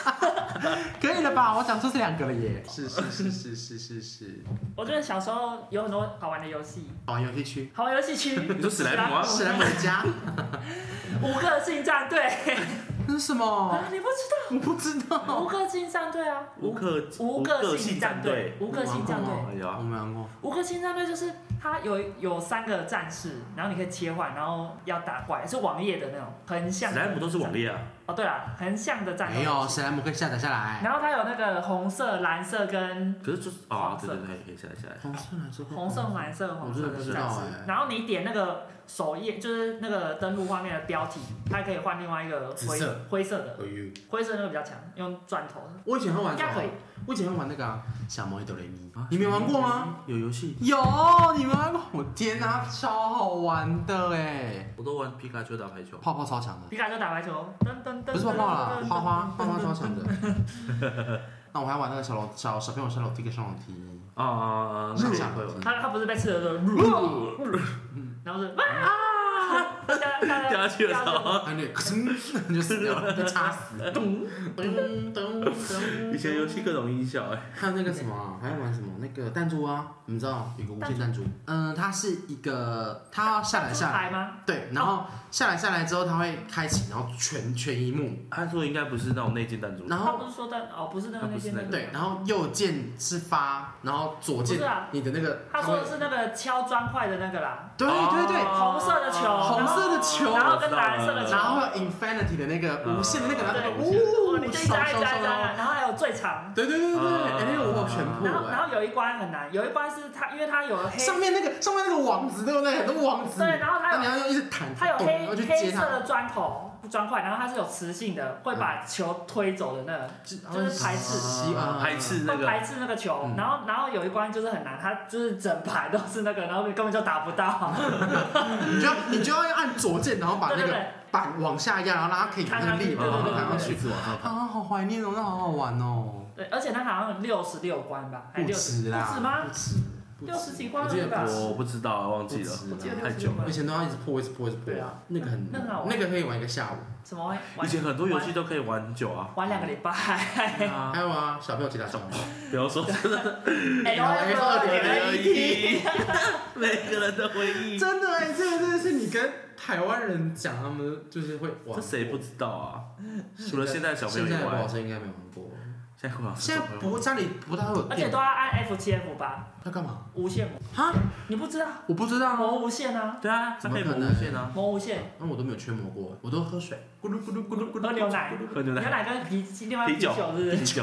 可以了吧？我讲出这两个了耶。是是是是是是是。我觉得小时候有很多好玩的游戏，好，游戏哦区，好玩游戏区。 你说史莱姆啊史莱姆的家，五个进战队 那是什么哦啊？，你不知我不知道道。无个性战队啊，无克无个个性性战战队队，无个性战队我玩过，吗哎呀我，没玩过。无个性战队就是它有有三个战士，然后你可以切换，然后要打怪，是网页的那种横向史的。莱姆都是网恋啊，哦，对了，横向的战斗没有，游史戏。莱姆可以下载下来。然后它有那个红色、蓝色 跟可是就是哦黄，色对对对，可以下来下来。红色蓝色。红色、蓝色、我黄真色的的不知战道士。哎。然后你点那个首页，就是那个登录画面的标题，它可以换另外一个紫灰色灰色的，哎呦灰色那个比较强，用钻头的，我以前会玩应什该可么以？。我以前会玩那个啊小魔女哆来咪啊，你没玩过吗？？有游戏，有，你们玩过？我天哪、超好玩的哎！我都玩皮卡丘打排球。泡泡超强的，皮卡丘打排球，噔噔噔，不是泡泡啦，花花，花花超强的。那我还玩那个小楼小小朋友下楼梯跟上楼梯，啊，那是个这也样会玩。他他不是被吃的时候，然后是啊，掉掉下去的时候，哎 对，咳就死掉了，被插死。咚，噔噔噔以前游戏各种音效哎，还有那个什么，啊还要玩什么？那个弹珠啊，你们知道有个无限弹珠，嗯、它是一个，它下来下来，来吗？对，然后下来下来之后，它会开启，然后全全一幕，按说应该不是那种内建弹珠，然他后不是说但哦不是那个那些对，然后右键是发，然后左键不是啊你的那个，他说的是那个敲砖块的那个啦，对对对，红色的球红色的球然后跟蓝色的球然后还有 infinity 的那个无限的那个，然后那个哦呜，你就一手扎一手扎一手，扎，然后还有最长，对对对对啊对，哎，那个我有全部然后哎，然后有一关很难，有一关是他因为他有黑，上面那个上面那个网子对不对？很多网子，对，然后那他有你要用一直弹，它有咚黑然后去黑接色它，的砖头砖块，然后它是有磁性的，会把球推走的那个，就是排斥吸啊，排斥那会个排斥那个球。嗯然后然后有一关就是很难，它就是整排都是那个，然后根本就打不到。你就要你就要按左键，然后把对那对个对，板往下压，然后让它可以有那个力嘛，然对对后对弹上去。次往上爬。啊，好怀念哦，那好好玩哦。对，而且它好像六十六关吧，还不六十止啦，不止吗不止，不止六十几关了我记得吧不我不知道，忘不记止了，我记啦得太久了以六十前六都要一直破，一直破，一直破。对啊那个很那个好玩那个可以玩一个下午。关什么玩以前很多游戏都可以玩很久啊。玩两个礼拜，还有啊，小朋友吉他手，比方说，哎呦，哎呦二哎点呦一题，每个人的回忆，真的哎，这个真的是你跟台湾人讲，他们就是会玩。这谁不？知道啊？除了现在小朋友现在以的外老，师应该没有玩过。现在国老师现在不家里不大会有而且电都脑，要按 F 七 F 八他干嘛？无限模，哈，你不知道我不知道魔哦，无限啊，对啊，他可以无限啊，魔无限那我都没有缺膜过，我都喝水，咕噜咕噜咕噜咕噜，喝牛奶咕噜咕噜喝牛牛奶、奶跟啤另外啤酒是不是？啤酒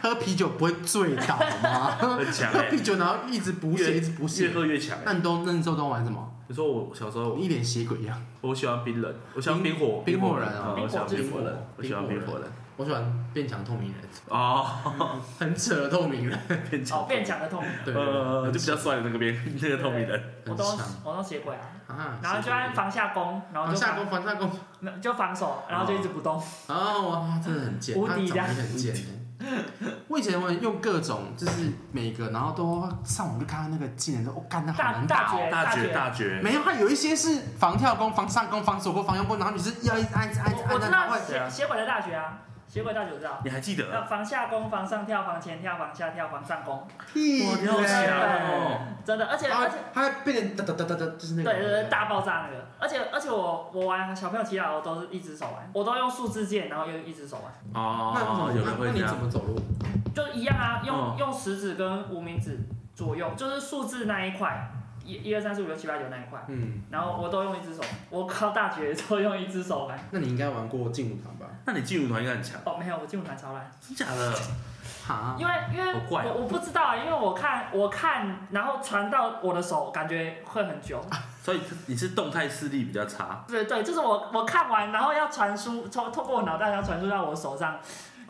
喝啤酒不会醉倒吗？ 很强喝哎，啤酒然后一直补血，一直补越血。喝越强那哎。你都那你之后都玩什么？你说我小时候你一脸血鬼一样。我喜欢冰人，我喜欢冰火，冰冰火人啊啊，我喜欢冰冰火火人，我喜欢冰火人。我喜欢变强透明人，哦，很扯的透明人，变强哦，变强的痛，对，呃，很就比较帅的那个边那个透明人，我都很强我都写鬼啊，啊，然后就按防下攻，然防后就啊下攻，防下攻，没有就防守，然后就一直不动。啊，哇，真的很贱，无他敌长的得很贱欸。我以前我用各种，就是每个，然后都上网就看到那个技能，说哦，干，那好大难大打哦。绝大绝绝大绝，没有，它有一些是防跳攻、防上攻、防守攻、防右攻，然后你是要一直按、一直啊按、一直我我按，知然后会道血血鬼的大学啊，血鬼大学我知道。你还记得？那防下攻、防上跳、防前跳、防下跳、防上攻，屁哇，你好强嘞！哦！真的，而且然后而且它会变成哒哒哒哒哒，就是那对个。对对，大爆炸那个，而且而且我我玩小朋友祈祷我都是一只手玩，我都用数字键，然后用一只手玩，哦那，你有怎么人那会那这你样怎。么走路？就一样啊，用、嗯用食指跟无名指左右，就是数字那一块，一一二三四五六七八九那一块，嗯，然后我都用一只手，我考大学都用一只手玩。那你应该玩过劲舞团吧？那你进舞团应该很强，哦，没有，我进舞团超烂，真假的？哈，因为因为好怪哦我我不知道啊，因为我看我看，然后传到我的手，感觉会很久。所以你是动态视力比较差，对对，就是我我看完，然后要传输，从通过我脑袋要传输到我手上，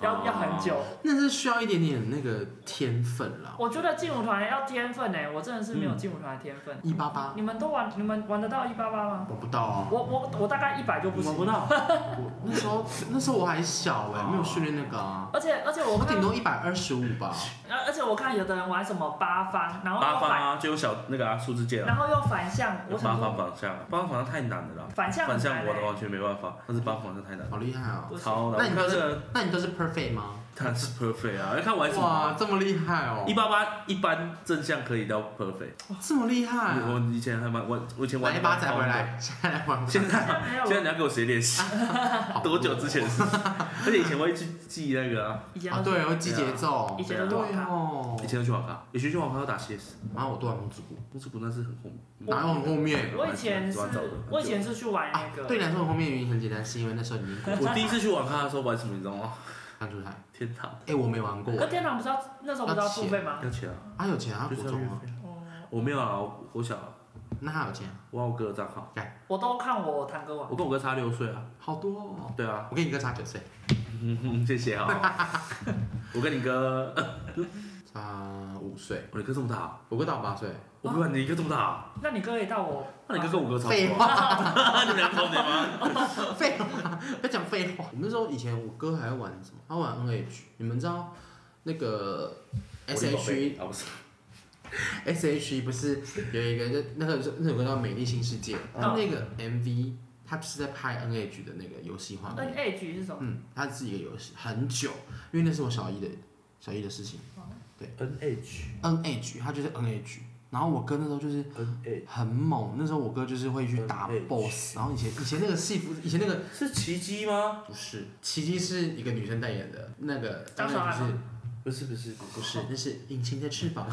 要、哦要很久。那是需要一点点那个天分啦。我觉得劲舞团要天分呢、欸我真的是没有劲舞团的天分。一八八，你们都玩，你们玩得到一八八吗？我不到啊。我我我大概一百就不玩行，不到。我那时候那时候我还小哎、哦没有训练那个啊。而且而且我我看顶，多一百二十五 吧。而而且我看有的人玩什么八方，然后八又方反，啊，就有小那个啊，数字键啊，然后又反向，我有想八说方反向，八方反向太难了啦，反向反很向难我的欸完全没办法，但是八方反向太难了，好厉害啊！不行超难。那你我看就是这个 那你都是 perfect 吗？它是 perfect 啊，要看玩什哇，么。这么厉害哦！一八八一般正向可以到 perfect，这么厉害、我以前还蛮我我以前玩啊来一巴仔回，来， 现在来玩。现在好像没有现在你要给我谁练习？好多久 之前的事？而且以前我会去记那个啊，以前啊？都是对，我记节奏以。前都是对网咖，哦以，前都去网咖，以前去网咖要打 CS，然啊后我都玩红之谷，乌兹古那是很红，哪有哦很后面？我以前是蛮早啊的我以前是去玩那个，啊对你来说很后面的原因很简单，是因为那时候 你已经我第一次去网咖的时候玩什么，你知道啊吗？刚出台。天堂哎，我没玩过可。天堂不是要那时候不是要付费吗？要钱啊，他有钱啊，就国是要中月啊费，啊。哦，我没有啊，我我小啊，那他有钱啊，我我哥的账号，我都看我堂哥玩，我跟我哥差六岁啊。好多哦。对啊，我跟你哥差九岁，嗯哼，谢 谢啊。我跟你哥，哦差五岁，我你哥这么大啊，我哥大我八岁。我不管你哥这么大啊，那你哥也到我，那你哥跟我哥差废不话。多， 你们俩同年吗？ 废话，不要讲废话。我们那时候以前我哥还玩什么？他玩 NH，你们知道那个 S 我 H 的 E 宝贝啊不是， S H E 不是有一个就那个那首歌叫《美丽新世界》，嗯他们那个 M V 他就是在拍 N H 的那个游戏画 N 面， H 是什么？嗯，它是一个游戏很久，因为那是我小一的小一的事情。 N H N H 它就是 N H，然后我哥那时候就是 N H 很猛，那时候我哥就是会去打 NH BOSS，然后以前以前那个戏服，以前那个是奇迹吗？不是奇迹是一个女生代言的，那个张韶然涵就是。不是不是不不是，那是隐形的翅膀。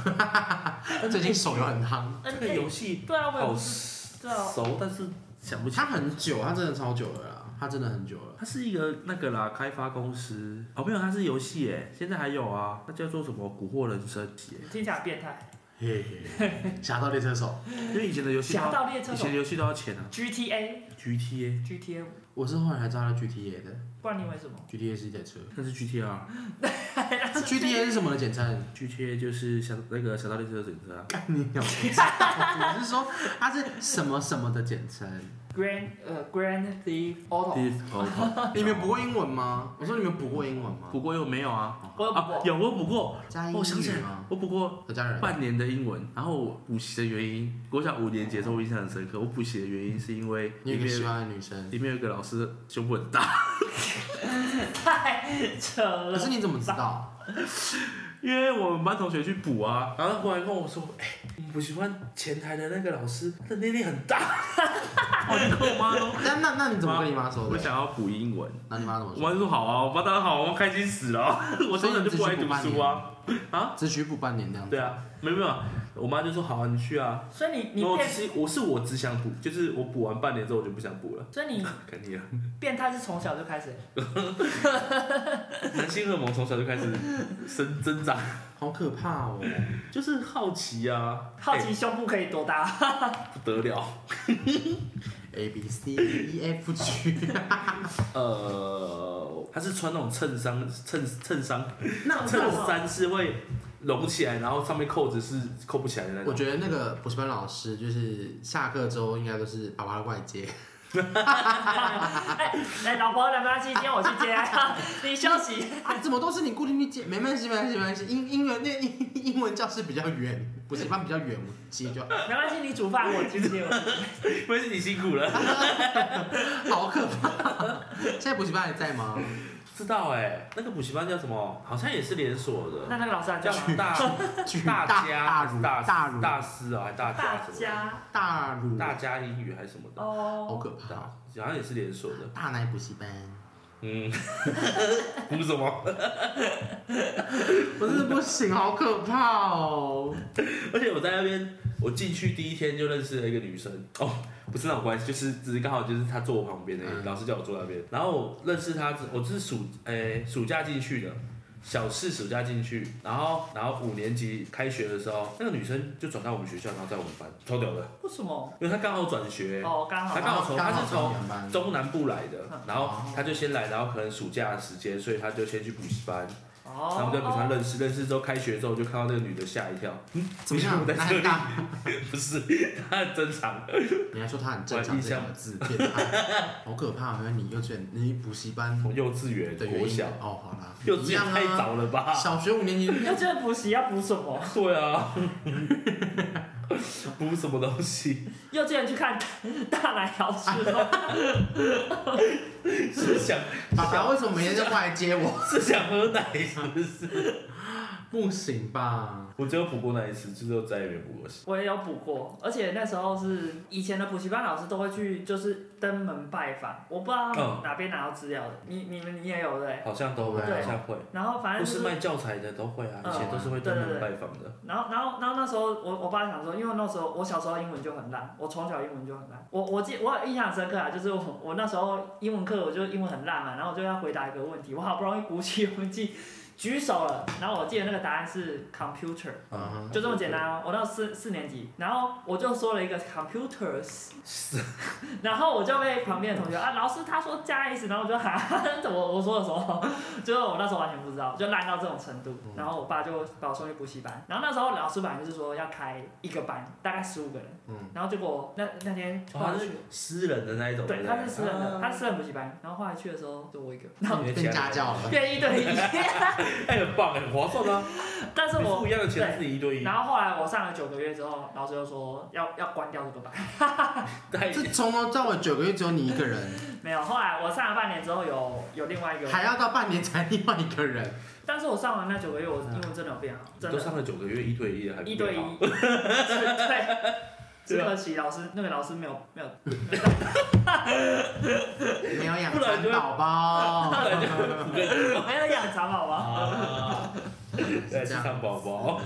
最近手游很夯，这 N 个 H 游戏对啊，我也好不知对啊熟，但是想不起它。很久，它真的超久了啦，它真的很久了。它是一个那个啦，开发公司哦，没有，它是游戏哎，现在还有啊，那叫做什么《蛊惑人生》耶，听起来很变态。嘿嘿，侠盗猎车手，因为以前的游戏都侠要，盗猎车以手前的游戏都要钱啊 G T A ，GTA， G T A，我是后来才知道它 GTA 的不然你以为什么？ ，GTA 是一台 车。那是 GTA 啊那 GTA 是什么的简称？ ，GTA 就是小那个小道列车的警车啊，干你鸟！我是说它是什么什么的简称？ Grand 呃 Grand Theft Auto，哦 你们有补过英文吗？我说你们补过英文吗？不过又没有啊，我有补啊过，有我补过，加英哦我想起语来吗？我补过何家人。半年的英文，然后我补习的原因，国小五年级的时候我印象很深刻。我补习的原因是因为你里有一个喜面欢的女生，里面有 一个老师胸部很大，太扯可了是。你怎么知道？因为我们班同学去补啊，然后他忽然跟我说：“哎、我们补习班前台的那个老师，他的内力很大。” 我就哦跟我妈说那那那你怎么跟你妈：“说我的？想要补英文。”那你妈怎么我妈说？就说：“好啊，我妈当然好啊，我开心死了。”我从小就不爱读书啊。只许补半年这样子。对啊，没有没有，我妈就说：“好啊，你去啊。所以你”然后你我只变，是我是我只想补，就是我补完半年之后我就不想补了， 所以你肯定啊。变态是从小就开始。男性荷尔蒙从小就开始生增长，好可怕 哦！就是好奇啊，哎好奇胸部可以多大？哎不得了。哎、 A B C D E F G， 呃，他是穿那种衬衫，衬衬衫，那衬哦那衫是会拢起来，然后上面扣子是扣不起来的那我种。觉得那个补习班老师就是下课之后应该都是爸爸的外 接，哎哎，老婆， 来不要去，今天我去接， 你休息。啊，怎么都是你固定去接？没关系，没关系，没关系。英英文那英英文教室比较远，补习班比较远，我接 就好没关系，你煮饭我去接。因为是你辛苦了， 好可怕。现在补习班还在吗？知道哎、那个补习班叫什么？好像也是连锁的，那那个老师还叫叫什吗么？大巨大大家如大大如大师啊，还大大家什么家大如的？大家英语还是什么的？好哦，可大怕。啊好像也是连锁的。大奶补习班， 嗯，补什么？我真的不行，好可怕哦！而且我在那边，我进去第一天就认识了一个女生哦，不是那种关系，就是只是刚好就是她坐我旁边而已，嗯老师叫我坐那边。然后我认识她之，我是暑诶、暑假进去的，小四暑假进去，然后然后五年级开学的时候，那个女生就转到我们学校，然后在我们班，超屌的，为什么？因为她刚好转学。哦，刚好他刚好从刚他 好是从你们班中南部来的嗯，然后她就先来，然后可能暑假的时间，所以她就先去补习班，然后我们在补习班哦，认识，认识之后开学之后就看到那个女的吓一跳， 怎么 样？我在奶这很里大，不是，她很正常，你还说他很正常我这两个字，变态，好可怕！原来你幼稚园，你补习班从幼稚园、的国 原因小，哦，好啦，幼稚一园样太啊，早了吧？小学五年级那这个补习要补什么？对啊，补什么东西？幼稚园去看大奶老师 哦，是想爸爸为什么每天都过来接我？是想喝奶是不是？ 不行吧？我只有补过那一次，之后再也没补过。我也有补过，而且那时候是以前的补习班老师都会去，就是登门拜访，我不知道他们嗯哪边拿到资料的，你你们你也有对不对？好像都会，对好像会，然后反正不就是是卖教材的都会啊，嗯以前都是会登门拜访的。然后，然后，然后那时候我我爸想说，因为那时候我小时候英文就很烂，我从小英文就很烂。我我记我有印象很深刻啊，就是我我那时候英文课我就英文很烂嘛，然后我就要回答一个问题，我好不容易鼓起勇气举手了，然后我记得那个答案是 computer，嗯哼就这么简单哦。我到四四年级，然后我就说了一个 computers，然 后我就被旁边的同学啊，老师他说加 s，然后我就哈，我我说的什么？ 就是我那时候完全不知道，就烂到这种程度。嗯然后我爸就把我送去补习班，然后那时候老师本来就是说要开一个班，大概十五个人，嗯然后结果那那天哦后来他去是。私人的那一种，对，不他是私人 的，啊嗯他是私人补习班，然后后来去的时候就我一个，然后你的变钱家教了。变一 对一，哎，很棒，很划算啊！但是你我付一样的钱，但是你一对一，然后后来我上了九个月之后，老师就说要要关掉这个班，太这从头到尾九个月只有你一个 人，没有。后来我上了半年之后有，有另外一个，还要到半年才另外一个人，但是我上完那九个月，我英文真的有变好，真嗯都的上了九个月一对一了，啊还不一对好一，是 对。只可惜老师那个老师没有没有， 没有养蚕宝宝，没有养蚕宝宝。啊，对，这是样上宝宝，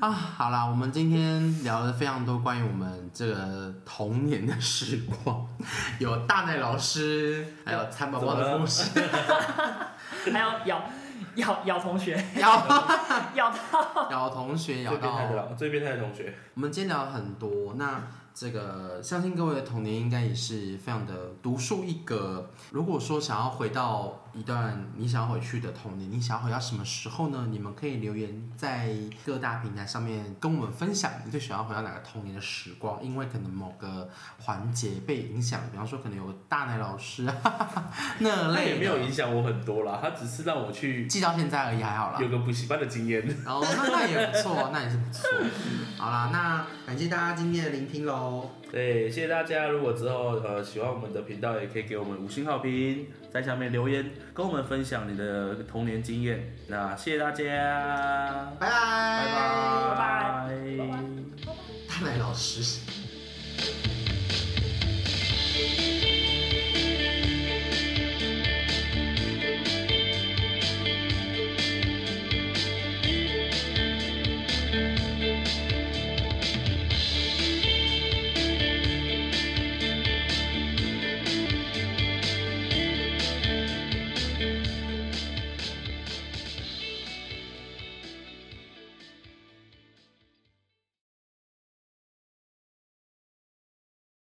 啊，好啦，我们今天聊了非常多关于我们这个童年的时光，有大奈老师，还有蚕宝宝的故事，还有咬咬咬 同 学，咬咬到咬同学咬最变态的到，老，最变态的同学，我们今天聊了很多，那这个相信各位的童年应该也是非常的独树一格。如果说想要回到一段你想要回去的童年，你想要回到什么时候呢？你们可以留言在各大平台上面跟我们分享，你最想要回到哪个童年的时光？因为可能某个环节被影响，比方说可能有个大奶老师啊那他类也的没有影响我很多啦，他只是让我去记到现在而已，还好啦。有个补习班的经验。然后哦那那也不错，那也是不错。好啦，那感谢大家今天的聆听喽。对，谢谢大家。如果之后呃喜欢我们的频道，也可以给我们五星好评，在下面留言跟我们分享你的童年经验。那谢谢大家，拜拜，拜拜拜大奶老师。